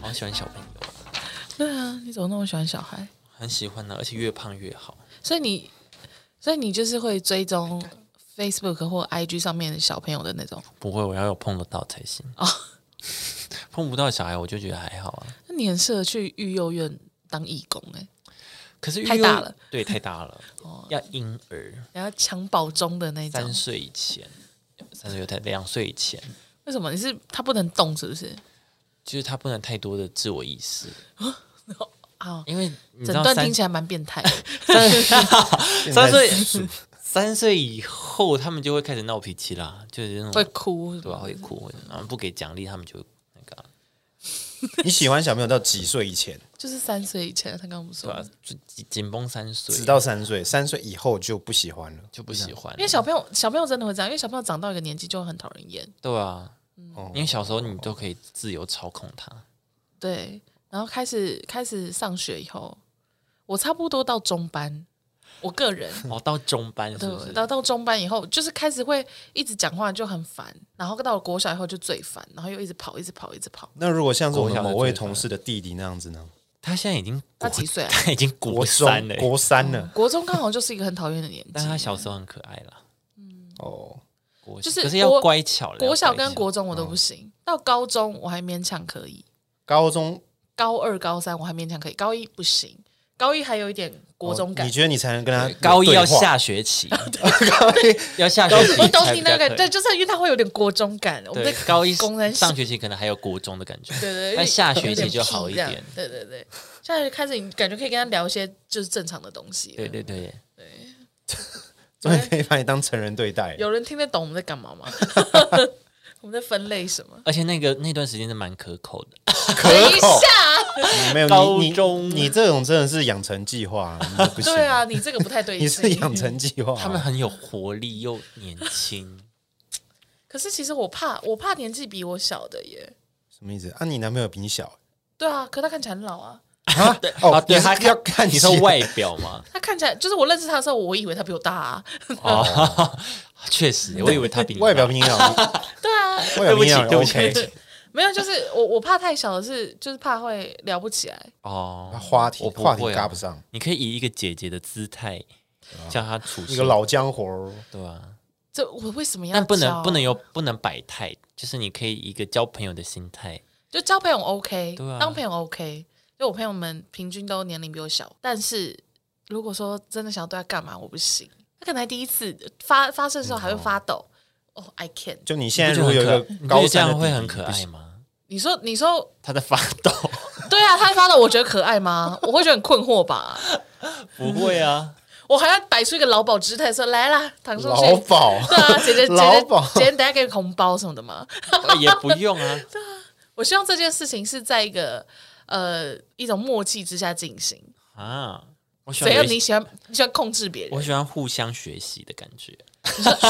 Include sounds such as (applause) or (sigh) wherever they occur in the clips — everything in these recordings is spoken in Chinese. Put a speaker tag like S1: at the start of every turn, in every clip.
S1: 好喜欢小朋友，
S2: 对啊，你怎么那么喜欢小孩？
S1: 很喜欢的、而且越胖越好。
S2: 所以你，所以你就是会追踪 Facebook 或 IG 上面小朋友的那种。
S1: 不会，我要有碰得到才行
S2: 哦
S1: (laughs) 碰不到小孩，我就觉得还好啊。
S2: 那你很适合去育幼院当义工哎、
S1: 可是育
S2: 太
S1: 幼
S2: 大了，哦
S1: 对，太大
S2: (laughs)
S1: 了，要婴儿
S2: 然后襁褓中的那
S1: 三
S2: 种。
S1: 岁以前，三岁有太两岁以前，
S2: 为什么你是他不能动是不是？
S1: 就是他不能太多的自我意识，
S2: 啊、
S1: 因为你知
S2: 整
S1: 道
S2: 段
S1: 三
S2: 听起来蛮变
S1: (laughs)
S2: 态的。
S1: 三岁 (laughs) 三岁以后，他们就会开始闹脾气啦，就是那
S2: 会
S1: 种
S2: 哭是
S1: 对吧？
S2: 吧？
S1: 会哭，然后不给奖励，他们就那个啊
S3: 你喜欢小朋友到几岁以前？
S2: 就是三岁以前，他刚刚不是
S1: 对啊
S2: 说
S1: 吧？就紧紧绷三岁，
S3: 直到三岁，三岁以后就不喜欢了。
S1: 就不喜欢了，
S2: 因为小朋友小朋友真的会这样，因为小朋友长到一个年纪就会很讨人厌，
S1: 对啊，
S3: 哦
S2: 嗯
S1: 因为小时候你都可以自由操控他，
S2: 对。然后开始开始上学以后，我差不多到中班，我个人
S1: 哦，到中班是
S2: 对
S1: 不是？
S2: 到到中班以后，就是开始会一直讲话就很烦，然后到了国小以后就最烦，然后又一直跑，一直跑，一直跑。
S3: 那如果像是我们某
S1: 国小
S3: 位
S1: 就最烦
S3: 同事的弟弟那样子呢？
S1: 他现在已经
S2: 他
S1: 国 (laughs)
S2: 几岁啊
S1: 他已经国
S3: 国中
S1: 三了欸，
S3: 国三了
S2: 国中刚好就是一个很讨厌的年
S1: 但他
S2: 纪，
S1: 小时候很可爱啦。
S3: 哦，
S1: 国
S2: 就是
S1: 可是要
S2: 国
S1: 乖巧了，
S2: 国小
S1: 要乖巧
S2: 跟国中我
S1: 哦
S2: 都不行，到高中我还勉强可以，
S3: 高中
S2: 高二高三我还勉强可以，高一不行，高一还有一点
S1: 哦
S2: 国中感
S3: 哦你。觉得你才能跟他
S1: 高一要
S3: 对话
S1: 下学期， (laughs) 要下学期
S2: (laughs) 我懂
S1: 才
S2: 你
S1: 比较
S2: 那个，
S1: 可以
S2: 对，就是因为他会有点国中感。我们在
S1: 对，高一
S2: 工人
S1: 上学期可能还有国中的感觉，
S2: 对对，
S1: 但下
S2: 有
S1: 学
S2: 点
S1: 期就好一
S2: 屁这样
S1: 点。
S2: 对对对，下学期开始你感觉可以跟他聊一些就是正常的东西了。
S1: 对对对，
S3: 终于可以把你当成人对待。
S2: 嗯有人听得懂我们在干嘛
S3: (laughs)
S2: 吗？我们在分类什么？
S1: 而且那个那段时间是蛮可口的，
S2: 哦
S3: 可
S2: 等一
S3: 口
S2: 下，
S3: 你没有
S1: 高
S3: 你
S1: 中
S3: 你你这种真的是养成计划，你都不行。
S2: 对，啊，你这个不太对啊
S3: 你是
S2: 劲。
S3: 养成计划。啊
S1: 他们很有活力又年轻，
S2: 可是其实我怕，我怕年纪比我小的耶。
S3: 什么意思啊？你男朋友比你小
S2: 对啊，可他看起来很老啊。
S3: 啊？
S1: 啊
S3: 哦，
S1: 对
S3: 你是
S1: 他
S3: 要看
S1: 你说
S3: 起来
S1: 外表吗？
S2: 他看起来就是我认识他的时候，我以为他比我大啊。
S1: 哦， (laughs) 确实，我以为他比你
S3: 外表
S1: 大
S3: 比你
S1: (laughs)
S3: 好，
S2: 对啊，
S3: 外表比你好
S1: 对不起对
S3: OK
S1: 不起。
S2: 没有，就是我我怕太小的是，就是怕会聊不起来。
S1: 哦，
S3: 话题
S1: 我不
S3: 话题
S1: 会啊
S3: 搭不上，啊
S1: 你可以以一个姐姐的姿态叫他处事，
S3: 一个老江湖。
S1: 对啊，
S2: 这我为什么要交？
S1: 但不能不能有不能摆态，就是你可以以一个交朋友的心态，
S2: 就交朋友 OK，、
S1: 对啊
S2: 当朋友 OK。就我朋友们平均都年龄比我小，但是如果说真的想要对他干嘛，我不行。他可能还第一次发发生的时候还会发抖。哦、i can。
S3: 就你现
S1: 你
S3: 在
S1: 不觉
S3: 如
S1: 得很
S3: 果有一个
S1: 可你不觉
S3: 高
S1: 得这
S3: 三的
S1: 样
S3: 弟
S1: 会
S3: 弟
S1: 很可
S3: 不行
S1: 爱吗？
S2: 你说，你说，
S1: 他在发抖，
S2: 对啊，他发抖，我觉得可爱吗？我会觉得很困惑吧。
S1: 不会
S2: (laughs)
S1: 啊，
S2: 我还要摆出一个劳保姿态说：“来啦，躺上去。
S3: 劳”保，
S2: (laughs) 对啊，姐姐，姐
S3: (laughs) 劳
S2: 姐
S3: 保，
S2: 姐姐，等下给你红包什么的嘛。
S1: 也不用啊，
S2: 我希望这件事情是在一个呃一种默契之下进行。
S1: 啊，我喜
S2: 怎
S1: 欢
S2: 样？
S1: 有
S2: 你
S1: 一
S2: 喜欢你喜欢控制别人？
S1: 我喜欢互相学习的感觉，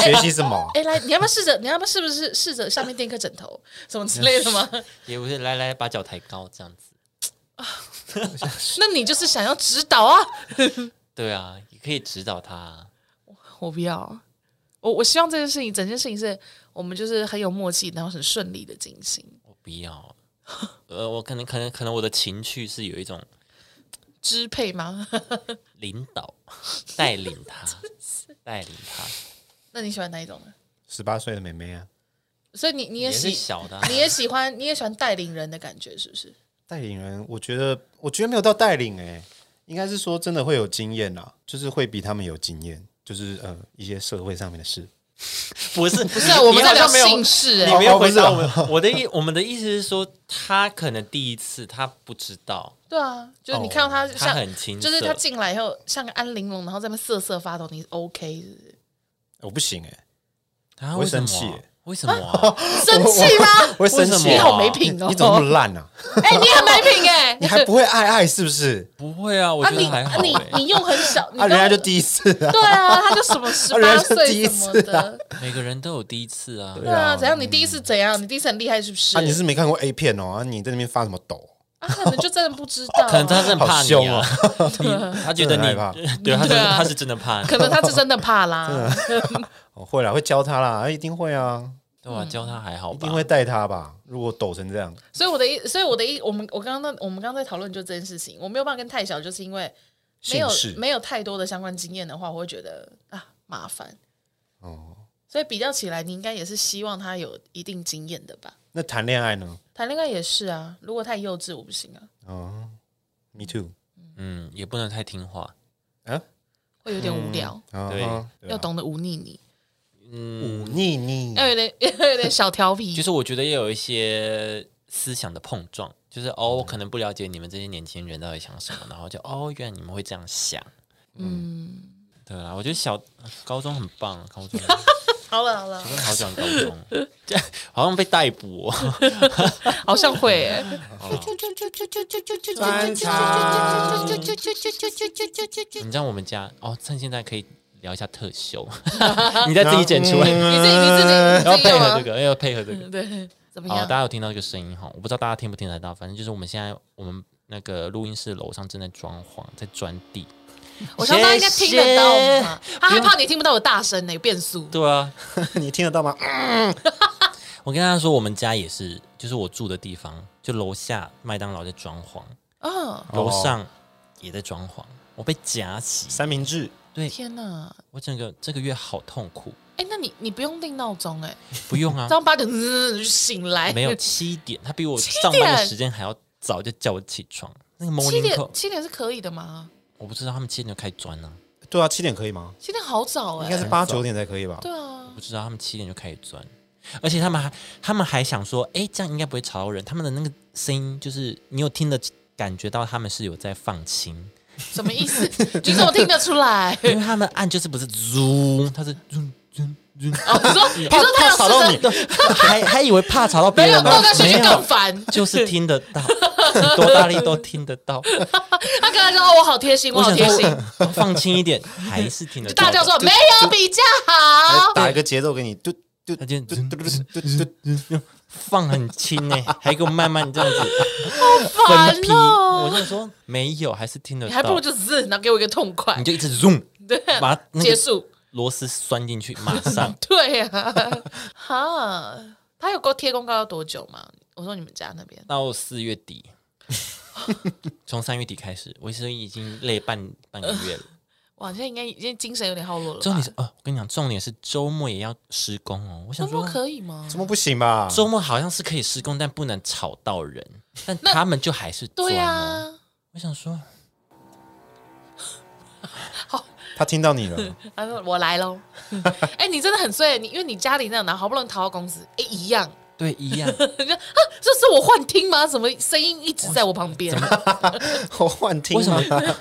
S3: 学习什么？
S2: 哎、来，你要不要试着？你要不要是不是试着上面垫一颗枕头，什么之类的 (laughs) 吗？
S1: 也不是来来把脚抬高这样子，
S2: 那你就是想要指导啊！
S1: 对啊，也可以指导他啊，
S2: 我不要，我我希望这件事情，整件事情是我们就是很有默契，然后很顺利的进行，
S1: 我不要，呃，我可能可能可能我的情绪是有一种
S2: 支配吗？ (laughs)
S1: 领导带领他，带领他，
S2: 那你喜欢哪一种呢？
S3: (laughs) 十八岁的妹妹啊，
S2: 所以你你
S1: 也是
S2: 喜
S1: 小的啊，
S2: 你也喜欢你也喜欢带领人的感觉，是不是？
S3: 带领人，我觉得我觉得没有到带领哎、应该是说真的会有经验啦，就是会比他们有经验，就是呃一些社会上面的事。
S1: 不是不
S2: 不是、啊，我们在聊
S1: 没有
S2: 姓氏、
S1: 你
S2: 哎，
S1: 没有回答
S3: 哦
S1: 我
S3: 不是
S1: 们，我的意我们的意思是说，他可能第一次他不知道，
S2: 对啊，就是你
S3: 哦
S2: 看到他
S1: 他
S2: 像，
S1: 很青涩，
S2: 就是他进来以后像个安玲珑，然后在那边瑟瑟发抖，你 OK 是不是？
S3: 我不行哎、
S1: 啊
S3: 我
S1: 为
S3: 会
S1: 什
S3: 生
S1: 么
S3: 气
S1: 啊？为什么啊？ (laughs)
S2: 生气吗？
S3: 我会生
S1: 为什
S3: 气
S1: 么
S2: 你
S1: 啊
S2: 好没品哦！
S3: 你怎么那么
S2: (laughs)
S3: 烂啊？
S2: 哎、你很没品哎、
S3: 你还不会爱爱是不是？
S1: 不会啊，我
S2: 啊
S1: 觉
S2: 你
S1: 得还
S2: 啊
S1: 好
S2: 你
S1: 欸。
S2: 你用很小，你
S3: 啊，人家
S2: 都
S3: 就第一次啊，
S2: 对啊，他就什么十
S3: (laughs) 啊
S2: 八
S3: 人家就第
S2: 岁
S3: 一
S2: 什么
S1: (laughs)
S3: 次
S2: 的，
S1: 每个人都有第一次啊，
S2: 对啊，怎样？你第一次怎样？你第一次很厉害是不是？
S3: 啊，你是没看过 A 片哦，啊，你在那边发什么抖？
S2: 啊，可能就真的不知道啊、
S1: 可能他真的怕你啊，
S2: (laughs)
S1: 你他觉得
S3: 真的害怕
S1: 你 (laughs) 对他真
S2: 对
S1: 的
S2: 啊
S1: 他是真的怕你
S3: (laughs)
S2: 可能他是真的怕啦。
S3: 哦，会啦，会教他啦，啊一定会啊，
S1: 对吧、教他还好
S3: 一
S1: 吧
S3: 定？会带他吧？如果抖成这样，
S2: 所以我的意，所以我的意，我们我刚刚那我们刚刚在讨论就这件事情，我没有办法跟太小，就是因为没有
S3: 姓氏
S2: 没有太多的相关经验的话，我会觉得啊麻烦。
S3: 哦，
S2: 所以比较起来，你应该也是希望他有一定经验的吧？
S3: 那谈恋爱呢？
S2: 谈恋爱也是啊，如果太幼稚，我不行啊，
S3: 哦，me too
S1: 嗯，也不能太听话。
S3: 啊，
S2: 会有点无聊，
S3: 啊
S1: 嗯对
S3: 哈对啊
S2: 要懂哎得忤逆你，
S1: 嗯，
S3: 忤逆你
S2: 要有点 (laughs) 要有点小调皮，
S1: 就是我觉得也有一些思想的碰撞，就是哦，我可能不了解你们这些年轻人到底想什么，然后就哦，原来你们会这样想。
S2: 嗯，
S1: 对啦，我觉得小高中很棒，啊高
S2: (laughs)
S1: 中
S2: 好了好了
S1: 我，真的好喜欢高中，这好像被逮捕、哦。 (laughs)
S2: 好像会、欸，
S3: 专场
S1: 你知道我们家哦，趁现在可以聊一下特休， (laughs) 你再自己剪出来，
S3: 嗯
S2: 你自己你自己你
S1: 要
S2: 自己啊嗯
S1: 配合
S2: 要
S1: 这个，要配合这个。
S2: 吗？ (laughs) 对，怎么
S1: 好，啊大
S2: 样？
S1: 家有听到这个声音哈？我不知道大家听不听得到，反正就是我们现在我们那个录音室楼上正在装潢，在砖地。
S2: 我相信他应该听得到嘛，他害怕你听不到我大声呢、变速。
S1: 对啊，
S3: (laughs) 你听得到吗？
S1: 我跟大家说，我们家也是，就是我住的地方，就楼下麦当劳在装潢，
S2: 哦，
S1: 楼上也在装潢，我被夹起，
S3: 三明治，
S1: 对
S2: 天哪！
S1: 我整个这个月好痛苦。
S2: 哎、那你你不用定闹钟哎，
S1: 不用啊
S2: (laughs) 早，上八点嗯就醒来，
S1: 没有七点，他比我上班的时间还要早，就叫我起床。那个
S2: 七
S1: morning call，
S2: 点七点是可以的吗？
S1: 我不知道他们七点就开砖了，
S3: 对啊，七点可以吗？
S2: 七点好早
S3: 应
S2: 哎、
S3: 该是八九点才可以吧？
S2: 对啊
S1: 不，知道他们七点就开始砖，而且他们还他们还想说，哎，这样应该不会吵到人。他们的那个声音就是你有听的感觉到他们是有在放轻，
S2: 什么意思？ (laughs) 你怎么听得出来？
S1: 因为他们按就是不是 zoom，他是 zoom zoom zoom，
S2: 哦，你说你
S3: 怕
S2: 说他
S3: 怕
S2: 有
S3: 吵到
S2: 私
S3: 你
S2: 生，，
S1: 还还以为怕吵到别
S2: 没有
S1: 人
S2: 豆
S1: 吗
S2: 哥？学
S1: 没
S2: 学更
S1: 有，
S2: 烦。
S1: 就是听得到，多大力都听得到。
S2: 他刚才说哦，我好贴心， (laughs) 我
S1: 我
S2: 好
S1: 想
S2: 贴心，
S1: 说，放轻一点，还是听得
S2: 就哎
S1: 到
S2: 大
S1: 的。
S2: 叫说没有比较好
S3: 还。哎打一个节奏给你，嘟嘟
S1: 他
S3: 嘟
S1: 就
S3: 嘟嘟嘟嘟嘟，
S1: 放很轻
S2: (laughs)
S1: 呢、还给我慢慢这样子
S2: 烦
S1: 分批。
S2: 哦
S1: 我就说没有，还是听得
S2: 你
S1: 到。
S2: 还不如就滋，然后给我一个痛快
S1: 你，就一直 zoom，
S2: (laughs) 对啊，
S1: 把那
S2: 结
S1: 个
S2: 束。
S1: 螺丝拴进去，马上
S2: 对呀、
S1: (laughs)
S2: 啊，哈，他有够贴公告要多久吗？我说你们家那边
S1: 到四月底，从三月底开始，我其实已经累半半个月了。
S2: 哇，现在应该已经精神有点耗弱了吧。
S1: 重点是，哦，我跟你讲，重点是周末也要施工哦。我
S2: 周
S1: 想
S2: 末
S1: 说，
S2: 可以吗？
S3: 怎么不行吧？
S1: 周末好像是可以施工，但不能吵到人，但他们就还是
S2: 对啊呀、
S1: 钻哦我想说，
S3: 他听到你了，
S2: 他说我来喽。 (laughs) 哎、你真的很衰，你因为你家里那样，然后好不容易逃到公司，哎、一样，
S1: 对，一
S2: (laughs)
S1: 样。
S2: 你就啊，这是我幻听吗？怎么声音一直在我旁边？
S3: (laughs) 我幻听啊
S1: 为什么
S3: 吗？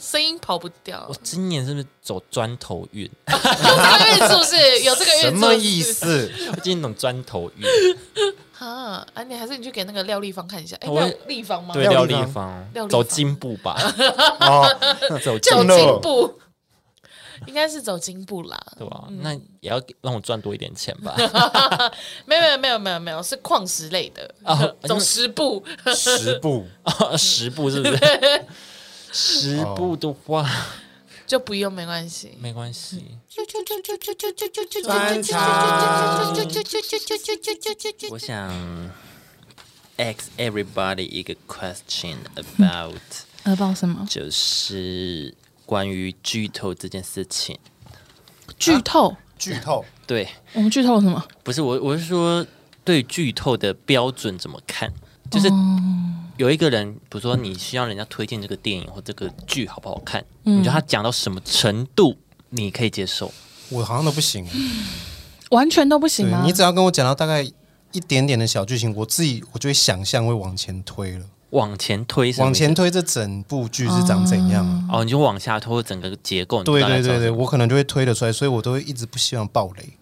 S2: 声音跑不掉
S1: 我，今年是不是走砖头运？ (laughs)
S2: 有这个运是不是？有这个运
S3: 什
S2: 是不是
S3: 么意？思？
S2: (laughs)
S1: 我今年懂砖头运，
S2: 哈，啊，你还是你去给那个廖立芳看一下，哎、
S1: 我
S2: 廖立芳吗？
S1: 对，
S3: 廖
S1: 廖
S3: 立
S1: 立
S3: 芳
S1: 芳
S2: 廖立
S1: 走
S2: 芳
S1: 进步
S2: (laughs)
S1: 吧，
S3: 哦，
S1: 走进
S2: 走
S1: 步
S3: 真的哦
S2: 进步，应该是走进步啦。
S1: 对吧？那
S2: 嗯
S1: 也要让我赚多一点钱吧。
S2: (laughs) 没有没有没有没有没有，是矿石类的，
S1: 哦
S2: 走十步，
S4: (laughs)
S3: 十步
S1: 十步是不是？ (laughs) 十步的话
S2: 就不用没关系。
S1: 没关
S2: (laughs)
S1: 系，
S3: 专场
S1: 我想 ask everybody 一个 question about，
S2: 呃，报什么？
S1: 就是关于剧透这件事情。
S2: 剧透？
S3: 剧透，
S1: 对，
S2: 我啊哦们剧透什么？
S1: 不是我，我是说对剧透的标准怎么看？就是有一个人，比如说你需要人家推荐这个电影或这个剧好不好看，你觉得他讲到什么程度你可以接受？
S3: 我好像都不行。
S4: 完全都不行啊
S3: 对
S4: 吗
S3: 你？只要跟我讲到大概一点点的小剧情，我自己我就会想象会往前推了。
S1: 往前推是什么
S3: 往
S1: 意思，
S3: 前推，这整部剧是长怎样啊？
S1: 哦，你就往下拖整个结构，你
S3: 对
S1: 大概
S3: 对
S1: 知道
S3: 对
S1: 是
S3: 对，我可能就会推得出来，所以我都会一直不希望爆雷。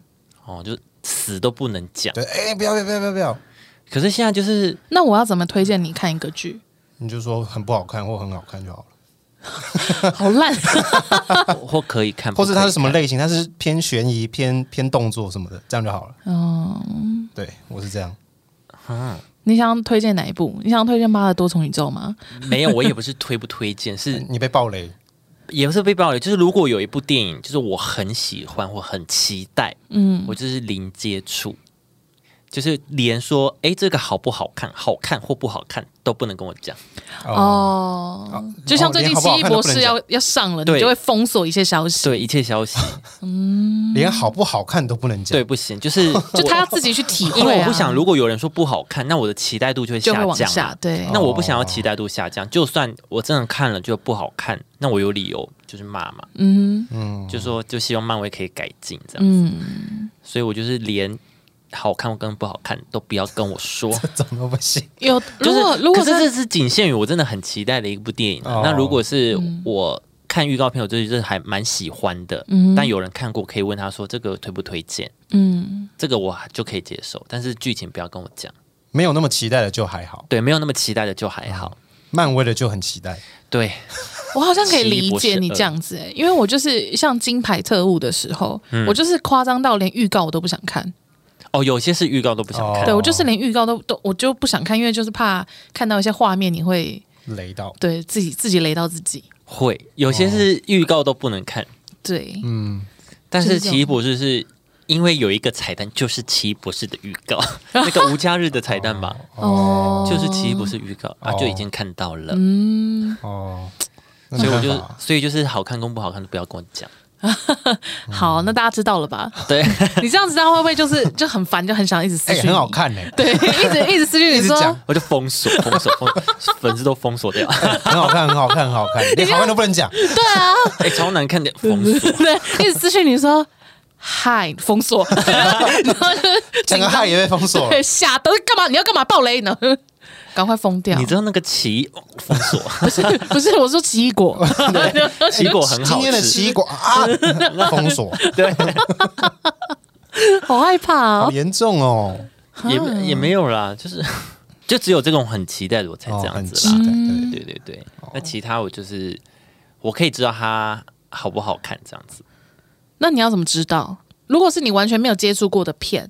S1: 哦，就死都不能讲。
S3: 对，哎、不要不要不要不要不要，
S1: 可是现在
S3: (laughs)
S1: 就是
S4: 那我要怎么推荐你看一个
S2: (laughs)
S4: 剧？
S3: 你就说很不好看或很好看就好了。
S4: 好烂！
S1: 或或可以看，
S3: 或者它是什么
S1: 不可以
S3: 类型，它是偏悬疑、偏偏动作什么的，这样就好了。
S1: 哦
S4: 嗯，
S3: 对我是这样，
S4: (laughs) 你想要推荐哪一部？你想要推荐《妈的多重宇宙》吗？
S1: 看？没有，我也不是推不推荐，
S3: (laughs)
S1: 是
S3: 你被爆雷，
S1: 也不是被爆雷。就是如果有一部电影，就是我很喜欢或很期待，嗯，我就是零接触，就是连说，哎，这个好不好看，好看或不好看都不能跟我讲。
S2: 哦，就像最近《奇异博士要》要上了，你
S1: 对
S2: 就会封锁一些消息，
S1: 对，一切消息，
S3: 连好不好看都不能讲
S1: 对，，不行，就是
S2: 就
S1: 我
S2: 他要自己去体会、啊。
S1: 因为我不想，如果有人说不好看，那我的期待度就会
S2: 就会
S1: 下
S2: 往
S1: 降啊嘛。
S2: 下，对，
S1: 那我不想要期待度下降，就算我真的看了就不好看，那我有理由就是骂嘛，
S2: 嗯
S3: 嗯，
S1: 就说就希望漫威可以改进这样。
S2: 嗯，
S1: 所以我就是连好看跟不好看都不要跟我说。
S3: (laughs) 怎么不行？
S2: 有
S1: 就
S2: 如
S1: 是
S2: 果如果
S1: 可是
S2: 真的
S1: 这是仅限于我真的很期待的一部电影啊、
S3: 哦
S1: 那如果是我看预告片，我就是还蛮喜欢的，
S2: 嗯
S1: 但有人看过可以问他说这个推不推荐，
S2: 嗯
S1: 这个我就可以接受，但是剧情不要跟我讲。
S3: 没有那么期待的就还好，
S1: 对，没有那么期待的就还
S3: 哦
S1: 好。
S3: 漫威的就很期待。
S1: 对，
S2: 我好像可以
S1: 奇异
S2: 理
S1: 博士
S2: 解你
S1: 二
S2: 这样子、欸，因为我就是像金牌特务的时候，我就是夸张到连预告我都不想看，
S1: 哦，有些是预告都不
S3: 哦
S1: 想看。
S2: 对我就是连预告都都我就不想看，因为就是怕看到一些画面你会
S3: 雷到，
S2: 对自己自己雷到自己，
S1: 会有些是预告都不能看，
S2: 对，
S3: 嗯，
S1: 但
S2: 就是是这
S1: 奇异博士是因为有一个彩蛋，就是奇异博士的预
S2: (laughs)
S1: 告，那个无家日的彩蛋吧，
S2: 哦
S1: 就是奇异博士预告、啊，
S3: 哦
S1: 就已经看到了，
S2: 嗯，
S3: 哦，
S1: (laughs)
S3: 那
S1: 所以我
S3: 没
S1: 就
S3: 办法
S1: 所以就是好啊看跟不好看都不要跟我讲，
S2: 好，那大家知道了吧？
S1: 对， (laughs)
S2: 你这样子，大家会不会就是就很烦，就很想一直私
S3: 哎，
S2: 讯？
S3: 很好，看呢，
S2: 对，一直一直私讯
S3: (laughs) 一
S2: 你
S3: 直
S2: 说，
S3: 讲，
S1: 我就封锁封锁封，粉丝都封锁掉，
S3: 很好看，很好看，很好看，连好看都不能讲，
S2: 对啊，
S1: (laughs) 哎、超难看的封锁，
S2: (laughs) 对，一直私讯你说。嗨，封
S1: (laughs)
S2: 锁，然后就
S3: 讲个嗨也被封锁了
S2: 对，。吓得干嘛？你要干嘛？暴雷呢？ (laughs) 赶快封掉！
S1: 你知道那个奇哦封锁
S2: 不是不是，我说奇异果，
S3: (laughs)
S1: 奇异果很
S3: 今
S1: 好
S3: 天的
S1: 吃，
S3: 奇异果啊，封锁，
S1: 对，
S2: 好害怕
S3: 好
S2: 啊！
S3: 严重哦，
S1: 也也没有啦，就是就只有这种很期待的我才
S3: 哦
S1: 这样
S3: 很
S1: 子
S3: 期
S1: 啦，
S3: 待，对，
S1: 对哦对对，那其他我就是我可以知道它好不好看这样子。
S2: 那你要怎么知道？如果是你完全没有接触过的片，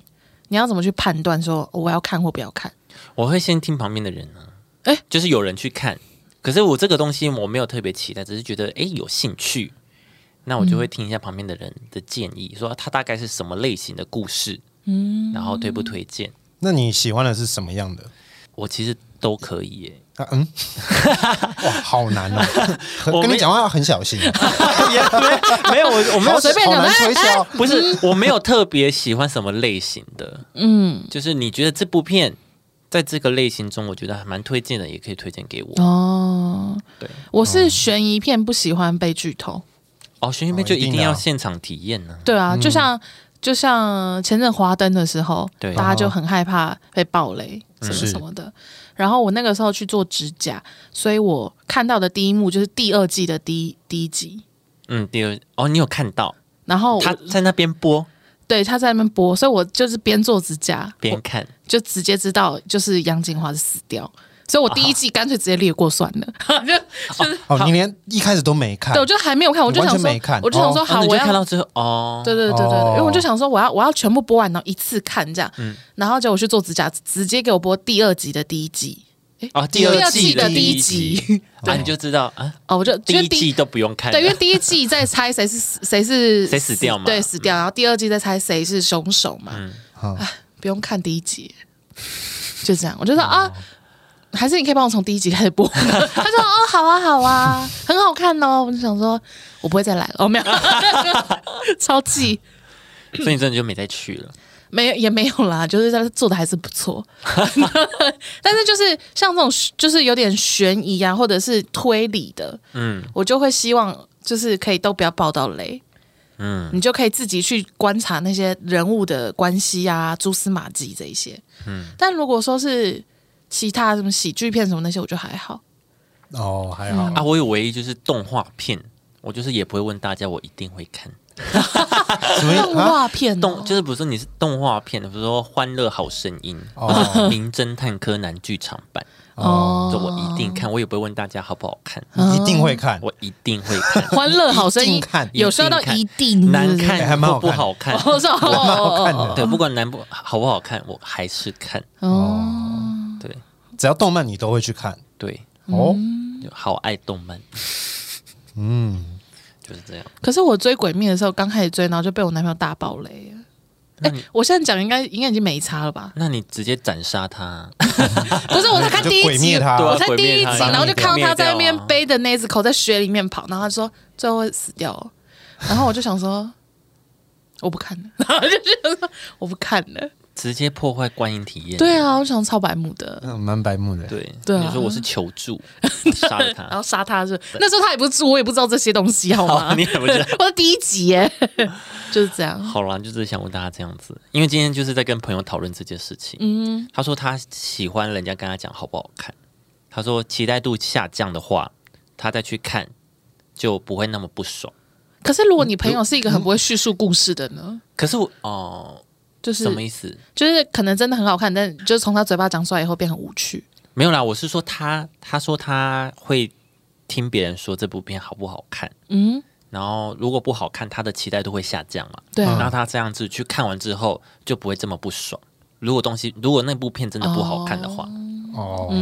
S2: 你要怎么去判断说哦我要看或不要看？
S1: 我会先听旁边的人啊，
S2: 哎
S1: 就是有人去看，可是我这个东西我没有特别期待，只是觉得哎有兴趣，那我就会听一下旁边的人的建议，说他大概是什么类型的故事，嗯，然后推不推荐，
S3: 那你喜欢的是什么样的？
S1: 我其实都可以耶。
S3: 啊，嗯，哇，好难哦！
S1: 我
S3: 很跟
S1: 没
S3: 你讲话要很小心，啊
S1: 也没没有我我没有
S3: 好
S2: 随便讲
S3: 好难
S2: 哎
S3: 推销。
S1: 不是我没有特别喜欢什么类型的，
S2: 嗯，
S1: 就是你觉得这部片在这个类型中，我觉得还蛮推荐的，也可以推荐给我。
S2: 哦，
S1: 对，
S2: 我是悬疑片，不喜欢被剧透。
S1: 哦，悬疑
S3: 哦
S1: 片就
S3: 一
S1: 一
S3: 定
S1: 定
S3: 的
S1: 要
S3: 啊
S1: 现场体验呢、
S2: 对
S3: 嗯
S2: 啊，就像就像前阵华灯的时候，
S1: 对
S2: 大家就很害怕被暴雷什么
S3: 是
S2: 什么的。然后我那个时候去做指甲，所以我看到的第一幕就是第二季的第一第一集。
S1: 嗯，第二哦，你有看到
S2: 然哦后我
S1: 他在那边播
S2: 对他在那边播，所以我就是边做指甲
S1: 边看，
S2: 就直接知道就是杨景华是死掉，所以我第一
S3: 啊
S2: 季干脆直接略过算了，就就是
S3: 哦，你连一开始都没看
S2: 对，我就还没有看，我就
S3: 完
S2: 想
S3: 全
S2: 说
S3: 没看，
S2: 我就想
S1: 然
S2: 说好，
S1: 后哦你
S2: 我
S1: 就
S2: 要
S1: 看到之后哦，
S2: 对对对对对，
S3: 哦
S2: 因为我就想说我要我要全部播完，然后一次看这样，
S1: 嗯
S2: 然后结果我去做指甲，直接给我播第二集的第一集，
S1: 哦，
S3: 第二
S1: 二
S2: 季
S1: 的
S2: 的第
S1: 一
S2: 一
S1: 集，啊，你就知道啊，
S2: 哦，我就
S1: 第
S2: 因
S1: 一
S2: 为
S1: 季都不用看了，
S2: 对，因为第一季在猜谁是死谁是
S1: 谁死掉嘛嗯
S2: 对，死掉，然后第二季在猜谁是凶手嘛，
S3: 嗯
S2: 唉不用看第一集，就这样，我就说
S1: 哦
S2: 啊。还是你可以帮我从第一集开始播。他说：“哦，好啊，好啊，很好看哦。”我就想说，我不会再来了。哦，没有， (laughs) 超气，
S1: 所以你真的就没再去了。
S2: 没有也没有啦， (laughs) 就是他做的还是不错。 (laughs) 但是就是像这种就是有点悬疑啊，或者是推理的，
S1: 嗯
S2: 我就会希望就是可以都不要爆到雷，
S1: 嗯，
S2: 你就可以自己去观察那些人物的关系啊、蛛丝马迹这一些。嗯，但如果说是其他什么喜剧片什么那些，我就还好。
S3: 哦，还好
S1: 啊，我有唯一就是动画片，我就是也不会问大家，我一定会看。
S3: 什么
S2: 动画片、
S1: 动
S2: 哦、。
S1: 就是比如说你是动画片，比如说《欢乐好声音》
S3: 哦
S1: 或是《名侦探柯南》剧场版，
S3: 哦，
S1: 这我一定看，我也不会问大家好不好看，
S3: 你一定会看，
S1: 嗯我一定会看
S2: (laughs) 欢乐好声
S3: 一
S2: 音
S3: 定看
S2: 有说到一
S1: 一
S2: 定
S1: 难
S3: 哎还
S1: 看
S3: 蛮
S1: 或
S3: 好
S1: 不好
S3: 看
S1: 看，
S2: (laughs) 我说
S3: 还蛮好看
S2: 哦
S3: 的。
S1: 对，不管难不好不好看，我还是看。
S2: 哦，
S1: 对
S3: 只要动漫你都会去看
S1: 对，
S3: 哦。
S1: 就好爱动漫，
S3: 嗯，
S1: 就是这样。
S2: 嗯可是我追《鬼灭》的时候，刚开始追，然后就被我男朋友大爆雷了。
S1: 那
S2: 哎
S1: 你
S2: 我现在讲应该应该已经没差
S1: (laughs)
S2: 了吧？
S1: 那你直接斩杀他，
S2: 不是，我才看
S3: 就
S2: 第一
S3: 毁灭
S2: 集，
S3: 他
S1: 对啊
S2: 我才第一集，
S1: 毁灭他
S2: 然后就看到他在那
S1: 毁灭
S2: 边
S1: 掉啊
S2: 背着那只狗在雪里面跑，然后他说最后会死
S1: (laughs)
S2: 掉哦，然后我就想说我不看了， (laughs) 然后就想说我不看了。
S1: 直接破坏观影体验。
S2: 对啊，我想超白目的，
S3: 嗯，蛮白目的。
S1: 对
S2: 对啊
S1: 你就说我是求
S2: (laughs)
S1: 助，杀了
S2: 然
S1: 他
S2: 后。杀他是那时候他也不是猪，我也不知道这些东西好吗？
S1: 好，你也不知道。
S2: (laughs) 我的第一集耶， (laughs) 就是这样。
S1: 好啦，就是想问大家这样子，因为今天就是在跟朋友讨论这件事情。嗯，他说他喜欢人家跟他讲好不好看，他说期待度下降的话，他再去看就不会那么不爽。
S2: 可是如果你朋友是一个很不会叙述故事的呢，
S1: 可是我哦，
S2: 就是
S1: 什么意思？
S2: 就是可能真的很好看，但就是从他嘴巴讲出来以后变很无趣。
S1: 没有啦，我是说他，他说他会听别人说这部片好不好看，
S2: 嗯，
S1: 然后如果不好看，他的期待度会下降嘛。
S2: 对啊
S1: 然后他这样子去看完之后就不会这么不爽。如果东西，如果那部片真的不好看的话，
S3: 哦，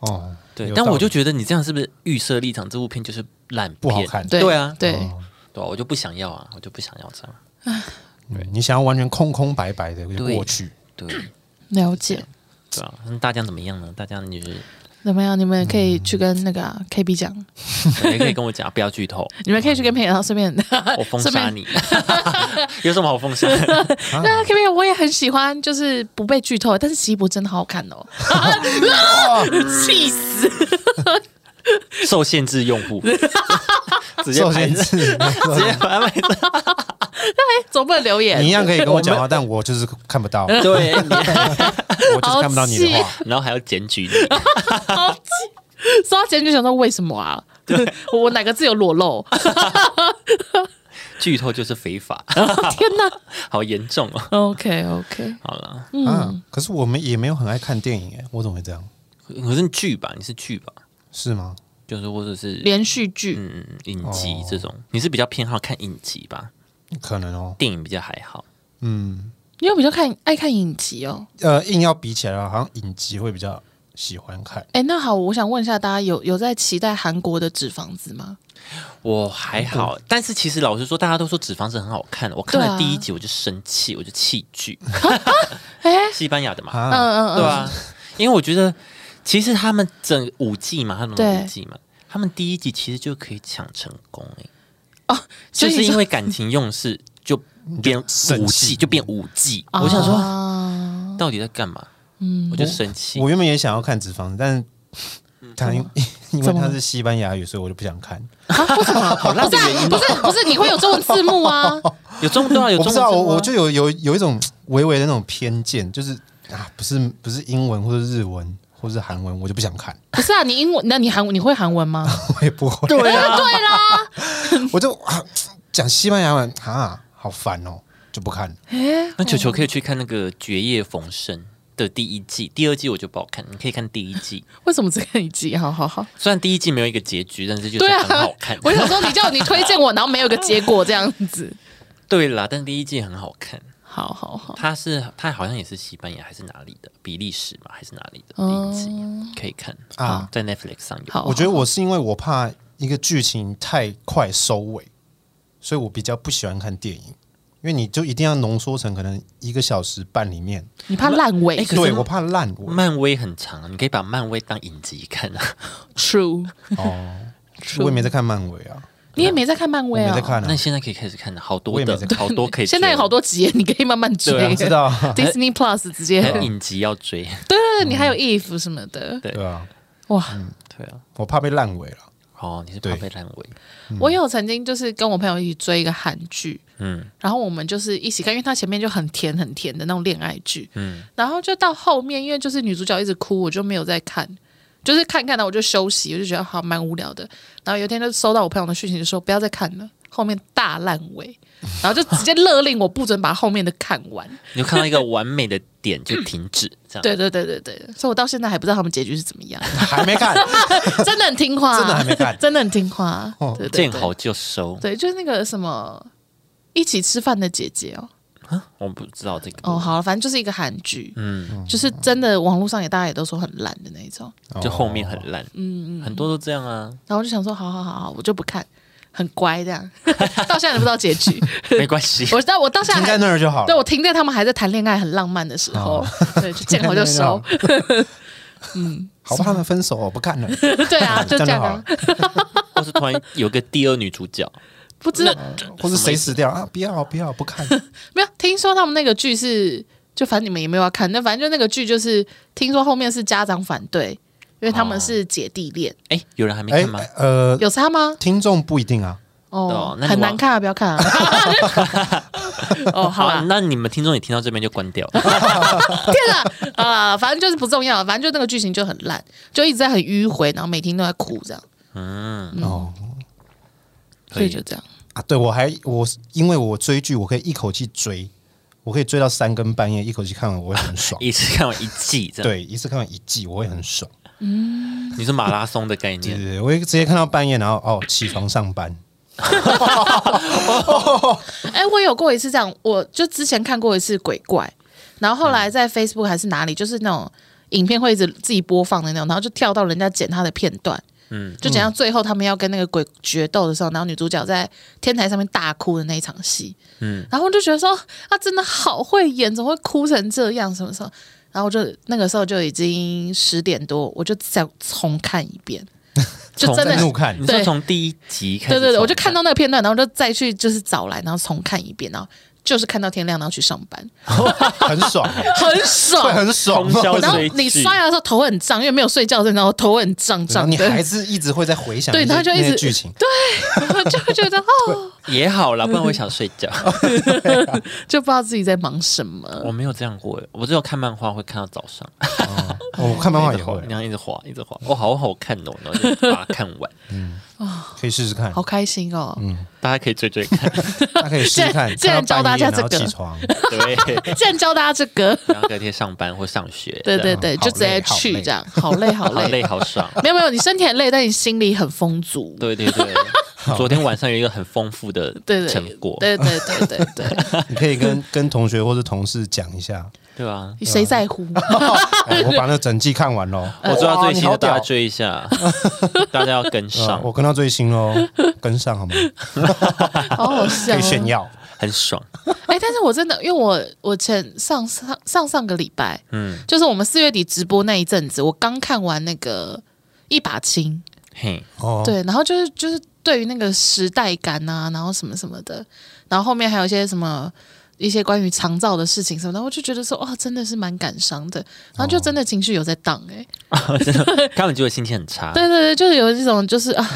S3: 哦，
S1: 对，
S3: 有
S1: 但我
S3: 道理
S1: 就觉得你这样是不是预设立场？这部片就是烂片
S3: 不好看
S1: 对啊，
S2: 对，
S3: 哦
S1: 对啊，我就不想要啊，我就不想要这样。
S3: 嗯你想要完全空空白白的就过去，
S1: 对，
S2: 了解。
S1: 对啊，那大家怎么样呢？大家你是 (laughs)
S2: 怎么样？你们可以去跟那个啊 KB 讲，
S1: 也可以跟我讲，不要剧透，
S2: 你们可以去跟朋友，然后顺便，
S1: 我封
S2: 顺
S1: 杀
S2: 便
S1: 你， (laughs) 有什么好封杀？
S2: 那 KB 我也很喜欢，就是不被剧透，但是奇博真的好好看哦，啊气死！
S1: (laughs) 受限制用户，直接
S3: 受
S1: 排
S3: 限
S1: 斥，
S3: 制。
S1: (laughs) 直接排斥。
S2: 总不能留言
S3: 你一，样可以跟我讲话，但我就是看不到，我
S1: 对，
S3: 就是看不到你的话。
S1: (laughs) 然后还要检举你，
S2: 说到前就想说为什么啊？我哪个字有裸露？
S1: 剧透就是非法，
S2: 天哪
S1: 好严重哦。
S2: ！OK OK，
S1: 好了，
S3: 嗯，可是我们也没有很爱看电影，哎，我怎么会这样？
S1: 可是剧吧，你是剧吧，
S3: 是吗？
S1: 就是或者是
S2: 连续剧
S1: 嗯影集
S3: 哦
S1: 这种，你是比较偏好看影集吧？
S3: 可能哦，
S1: 电影比较还好。
S3: 嗯，
S2: 你有比较看爱看影集哦。
S3: 呃，硬要比起来的话，好像影集会比较喜欢看。
S2: 哎，那好，我想问一下大家有有在期待韩国的《纸房子》吗？
S1: 我还好，但是其实老实说，大家都说《纸房子》很好看，我看
S2: 对
S1: 了
S2: 啊
S1: 第一集我就生气，我就弃剧，
S2: 哎，
S1: 西班牙的嘛，
S2: 嗯嗯
S1: 对
S2: 嗯，
S1: 啊， (laughs) 因为我觉得其实他们整五季嘛，他们
S2: 对
S1: 五季嘛，他们第一季其实就可以抢成功哎、就
S2: 所以
S1: 是
S2: 你
S1: 因
S2: 说
S1: 为感情用事就变
S3: (laughs) 生
S1: 五季，
S3: 气
S1: 就变五季，我想说
S2: 啊
S1: 到底在干嘛？嗯，我就生气
S3: 我。原本也想要看《纸房子》，但是它因 (laughs) 因为
S2: 怎么
S3: 它
S2: 了
S3: 是西班牙语，所以我就不想看。
S1: 好烂的原因
S2: 不
S1: 哦，
S2: 是不是，你会有中文字幕 (laughs) 啊？
S1: 有中对啊，有
S3: 我不
S1: 中
S3: 知道，
S1: 文字
S3: 我
S1: 吗
S3: 我就有有有一种微微的那种偏见，就是啊，不是不是英文或者日文或者韩文，我就不想看， (laughs)
S2: 不是啊，你英文，那你韩你会韩文吗？
S3: 我也不会，
S1: 对啊，
S2: (laughs) 对啦，
S3: (laughs) 我就啊讲西班牙文啊，好烦哦，就不 (laughs) 看了。
S2: 哎，
S1: 那球球可以去看那个《绝夜逢生》的第一季，第二季我就不好看，你可以看第一季。
S2: 为什么只看一集？好好好，
S1: 虽然第一季没有一个结局，但是就是
S2: 对啊
S1: 很好看。，
S2: 我想说你叫你推荐我，然后没有个结果这样子。
S1: 对啦，但第一季很好看。
S2: 好好好，
S1: 它是它好像也是西班牙还是哪里的，比利时嘛还是哪里的第一季、可以看啊
S3: 啊，
S1: 在 Netflix 上有。
S2: 嗯好，
S3: 我觉得
S2: 好
S3: 我是因为我怕一个剧情太快收尾，所以我比较不喜欢看电影，因为你就一定要浓缩成可能一个小时半里面，
S2: 你怕烂尾
S1: 哎可是
S3: 对我怕烂尾
S1: 漫威很长啊，你可以把漫威当影集看啊。
S2: ，True，
S3: 哦。我也没在看漫威啊，
S2: 你也没在看漫
S3: 我
S2: 威
S3: 没
S2: 啊
S3: 在？看
S1: 那
S3: 啊，
S1: 现在可以开始看了，好
S3: 我
S1: 多
S3: 也没在
S1: 的，好多可以追。啊
S2: 现在有好多集，你可以慢慢追。
S1: 对啊哎
S3: 我知道啊， (laughs)
S2: Disney Plus 直接，
S1: 还有
S2: 对
S1: 影集要追，
S2: 对对，你还有 If 什么的，
S1: 对
S3: 对啊，
S2: 哇！
S1: 对啊。
S3: 我怕被烂尾了。
S1: 哦，你是
S3: 对
S1: 怕被烂尾，
S2: 我有曾经就是跟我朋友一起追一个韩剧，
S1: 嗯
S2: 然后我们就是一起看，因为它前面就很甜很甜的那种恋爱剧，
S1: 嗯，
S2: 然后就到后面，因为就是女主角一直哭，我就没有再看，就是看看到我就休息，我就觉得哦好蛮无聊的。然后有一天就收到我朋友的讯息，就说不要再看了，后面大烂尾，然后就直接勒令我不准把后面的看完。
S1: 你就看到一个完美的点就停止，这样
S2: 对对对对对，所以我到现在还不知道他们结局是怎么样， (laughs)
S3: 还没看，
S2: 真的很听话，啊
S3: 真的还没看
S2: 真的很听话，啊
S3: 哦
S2: 对对
S1: 见
S2: 对，
S1: 好就收。
S2: 对，就是那个什么一起吃饭的姐姐哦。
S1: 我不知道这个，
S2: 哦，好，反正就是一个韩剧，嗯，就是真的网络上也大家也都说很烂的那一种，
S1: 哦
S2: 哦
S1: 就后面很烂，嗯嗯，很多都这样啊。
S2: 然后我就想说，好好好好，我就不看。很乖这样， (laughs) 到现在还不知道结局。
S1: 没关系。
S2: (laughs) 我到我到现在
S3: 停在
S2: 还
S3: 那哦儿就好
S2: 对
S3: 了。
S2: 我停在他们还在谈恋爱很浪漫的时候，对，就见好就
S3: (laughs)
S2: 收。
S3: 好吧，他们分手，我不看
S2: (laughs)
S3: 了。
S2: 对啊，就这样
S3: 好
S2: 啊
S3: 了，，
S1: 或是突然有个第二女主角，
S2: 不知道
S3: 或是谁死掉啊？不要不要，不看。
S2: 没有听说他们那个剧是，就反正你们也没有要看，那反正就那个剧就是听说后面是家长反对，因为他
S3: 哦
S2: 们是姐弟恋，
S1: 哎，有人还没
S3: 哎
S1: 看吗？
S3: 呃，
S2: 有差吗？
S3: 听众不一定啊，
S2: 哦
S1: 哦，那你
S2: 很
S1: 往
S2: 难看啊，不要
S1: (laughs)
S2: 看啊。哦，好
S1: 好，啊
S2: (laughs) 啦，
S1: 那你们听众也听到这边就关
S2: (laughs)
S1: 掉了。
S2: 天哪，啊，反正就是不重要，反正就那个剧情就很烂，就一直在很迂回，然后每天都在哭这样，
S1: 嗯，
S3: 哦
S2: 所以就这样。
S3: 啊，对我还我因为我追剧，我可以一口气追，我可以追到三更半夜，一口气看完，我会很爽。
S1: (laughs) 一次看完一季这样。
S3: 对，一次看完一季，我会很爽。
S1: 你是马拉松的概
S3: 对
S1: 念
S3: 对，对，我会直接看到半夜，然后哦起床上班。
S2: 哎、我有过一次这样，我就之前看过一次鬼怪，然后后来在 Facebook 还是哪里，就是那种影片会一直自己播放的那种，然后就跳到人家剪他的片段，嗯
S1: 嗯，
S2: 就剪到最后他们要跟那个鬼决斗的时候，然后女主角在天台上面大哭的那一场戏，嗯
S1: 嗯，
S2: 然后我就觉得说她真的好会演，怎么会哭成这样？什么时候？然后我就那个时候就已经十点多，我就再重看一遍，就真的
S3: 重看
S1: (laughs)
S3: 怒看
S1: 你说
S2: 对
S1: 从第一集开始，
S2: 对对对，我就看到。那个片段，然后就再去就是找来，然后重看一遍，然后就是看到天亮，然后去上班，
S3: 很
S2: (laughs)
S3: 爽，
S2: 很
S3: 会
S2: 爽。
S3: 很爽
S1: 通宵
S3: 哦。
S2: 然后
S1: 追剧
S2: 你刷牙的时候头很胀，因为没有睡觉的时候，然后头很胀
S3: (laughs) 然后
S2: 胀
S3: 你
S2: 的，
S3: 还是一直会在回想
S2: 对
S3: 那些
S2: 他就一
S3: 那些
S2: 直
S3: 剧情，
S2: (laughs) 就会
S3: (laughs)
S2: 觉得哦，
S1: 也好啦，不然我也想睡觉。
S2: 就不知道自己在忙什么。
S1: 我没有这样过耶，我只有看漫画会看到早上，
S3: 哦我看漫画
S1: (laughs)
S3: 也会
S1: 然，后一直滑，一直滑，哇，好好看哦，然后就把它看完。
S3: 可以试试看
S2: 好，开心哦！
S3: 嗯
S1: 大家可以追追
S2: (laughs)
S1: 看，
S3: 大家可以试试看。
S2: 竟然
S3: 看到
S2: 教大
S3: 半
S2: 家
S3: 夜
S2: 这个
S3: 然后起床，
S1: 对，
S2: 竟然教大家这
S3: (laughs)
S2: 个，
S1: 然后隔天上班或上学，
S2: 对对
S1: 这
S2: 对，
S3: 啊好
S2: 就
S3: 累
S2: 直接
S3: 好
S2: 去
S3: 累
S2: 这样，好累好
S3: (laughs)
S1: 样好
S2: 累。
S1: 累好爽。
S2: 没有没有，你身体很累，但你心里很丰足。
S1: 对对对，昨天晚上有一个很丰富的
S2: 对
S1: 成
S2: 对
S1: 果，
S2: 对对对对对，
S3: 你可以
S2: (laughs)
S3: 跟跟同学或是同事讲一下，
S1: 对啊。
S2: 你谁在
S3: (laughs)
S2: 乎？
S3: 哎我把那整季看完喽。
S2: 呃
S1: 我追到最新
S3: 哇你好
S1: 的，大家
S3: 屌
S1: 追一
S3: (laughs)
S1: 下，大家要跟
S3: 呃
S1: 上，
S3: 我跟到最新
S2: (laughs)
S3: 喽，跟上好吗？
S2: 好好笑
S3: 可
S2: 哦
S3: 以！炫耀。
S1: 很爽。
S2: (laughs) 哎、但是我真的，因为我我前上上上上个礼拜，嗯
S1: 嗯，
S2: 就是我们四月底直播那一阵子，我刚看完那个一把青，
S1: 嘿，
S3: 哦，
S2: 对，然后就是就是对于那个时代感啊，然后什么什么的，然后后面还有一些什么。一些关于长照的事情什么的，我就觉得说哇，真的是蛮感伤的，然
S3: 哦
S2: 后就真的情绪有在荡哎、
S1: 他们就会心情很差。
S3: 啊
S2: 对对对，就是有一种就是啊，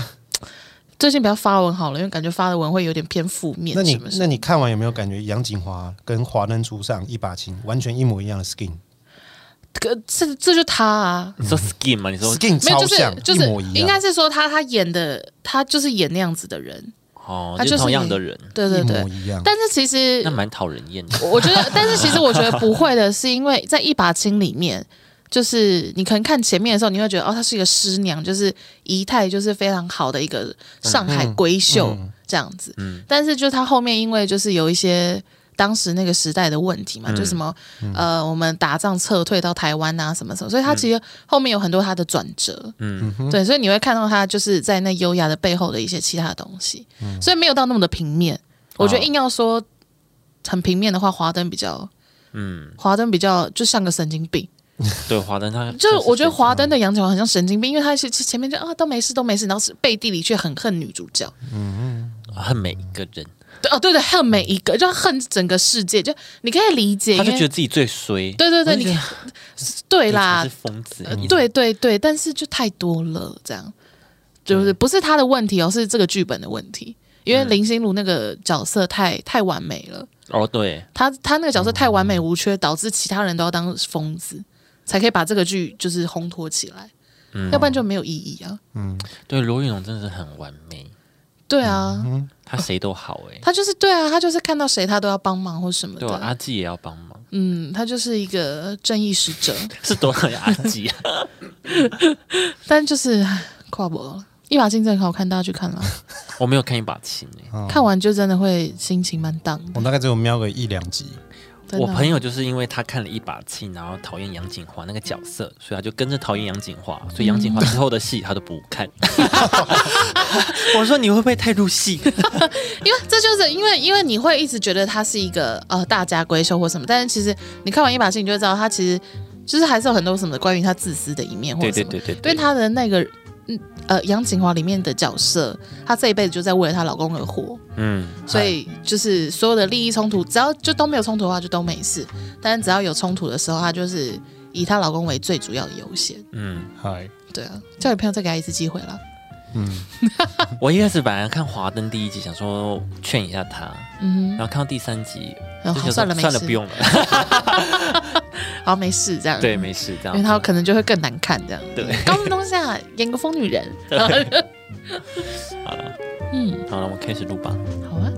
S2: 最近不要发文好了，因为感觉发的文会有点偏负面
S3: 那
S2: 什
S3: 你
S2: 么什么
S3: 那你看完有没有感觉杨锦华跟华灯初上一把琴完全一模一样的 skin，skin
S2: 可这这就他啊，
S1: 你说 skin 嘛？你说
S2: 没有，
S3: 超
S2: 就是
S3: 像，
S2: 就是
S3: 一模一样。
S2: 应该是说他他演的，他就是演那样子的人，
S1: 哦，
S2: 他
S1: 就
S2: 啊就是是
S1: 同样
S2: 你
S1: 的人，
S2: 对对
S3: 一
S2: 对
S3: 模。一样。
S2: 但是其实
S1: 那蛮讨人厌的。
S2: 我我觉得，但是其实我觉得不会的，是因为在一把青里面，就是你可能看前面的时候，你会觉得哦，她是一个师娘，就是仪态就是非常好的一个上海
S3: 嗯
S2: 闺秀这样子。但是就她后面因为就是有一些。当时那个时代的问题嘛，就什么、呃，我们打仗撤退到台湾啊，什么什么，所以她其实后面有很多她的转折，嗯，对，所以你会看到她就是在那优雅的背后的一些其他的东西，所以没有到那么的平面。我觉得
S1: 哦
S2: 硬要说很平面的话，华灯比较，
S1: 嗯，
S2: 华灯比较就像个神经病。
S1: 对，华灯他
S2: 就是我觉得华灯的杨景华很像神经病，因为他是前面就啊都没事都没事，然后是背地里却很恨女主角，
S1: 恨每一个人，
S2: 对哦对对，恨每一个，就恨整个世界，就你可以理解，
S1: 他就
S2: 因为
S1: 觉得自己最衰。
S2: 对对对，你可以对
S1: 对
S2: 啦
S1: 哎是，疯子。
S2: 呃
S1: 你
S2: 对对对，但是就太多了，这样就是不是他的问题哦，是这个剧本的问题，因
S1: 嗯
S2: 为林心如那个角色太太完美了。
S1: 哦，对，
S2: 他他那个角色太完
S1: 哦
S2: 美无缺，导致其他人都要当疯子，才可以把这个剧就是烘托起来，
S1: 嗯
S2: 要不然就没有意义啊。
S1: 对，罗云龙真的是很完美，
S2: 对啊，
S1: 他谁都好哎。
S2: 他就是对啊，他就是看到谁他都要帮忙或什么
S1: 对
S2: 的，
S1: 啊，阿纪也要帮忙，
S2: 嗯，他就是一个正义使者，
S1: 是多少阿纪
S2: (laughs)
S1: 啊？
S2: 但就是唉跨博了。一把金真的很好看，大家去看了，
S1: 我没有看一把琴哎，
S2: 看完就真的会心情蛮荡的。
S3: 我大概只有瞄个一两集，
S2: 真的哦
S1: 我朋友就是因为他看了一把戏，然后讨厌杨锦华那个角色，所以他就跟着讨厌杨锦华，所以杨
S2: 嗯
S1: 锦华之后的戏他都不
S2: (laughs)
S1: 看。我说你会不会太入戏？
S2: 因为这就是因为因为你会一直觉得它是一个呃大家闺秀或什么，但是其实你看完一把戏，你就会知道它其实就是还是有很多什么关于他自私的一面或者
S1: 对对
S2: 什么。
S1: 对对
S2: 对
S1: 对，
S2: 他的那个嗯呃杨锦华里面的角色，她这一辈子就在为了她老公而活，
S1: 嗯，
S2: 所以就是所有的利益冲突，只要就都没有冲突的话就都没事，但是只要有冲突的时候，她就是以她老公为最主要的优先。
S1: 嗯，
S3: 嗨，
S2: 对啊，叫你朋友再给她一次机会啦。
S3: 嗯，
S1: 我一开始本来看《华灯》第一集，想说劝一下他，
S2: 嗯
S1: 然后看到第三集，
S2: 哼，
S1: 就
S2: 好，
S1: 想
S2: 算了，
S1: 说
S2: 没
S1: 算
S2: 事，
S1: 了，不，用了。
S2: 好，没事，这
S1: (laughs)
S2: 样。
S1: 对，没事，这样
S2: 因为他可能就会更难看这样。
S1: 对，
S2: 高中东下
S1: (laughs)
S2: 演个疯女人。
S1: 好了，
S2: 嗯，
S1: 好了，我们开始录吧。
S2: 好啊。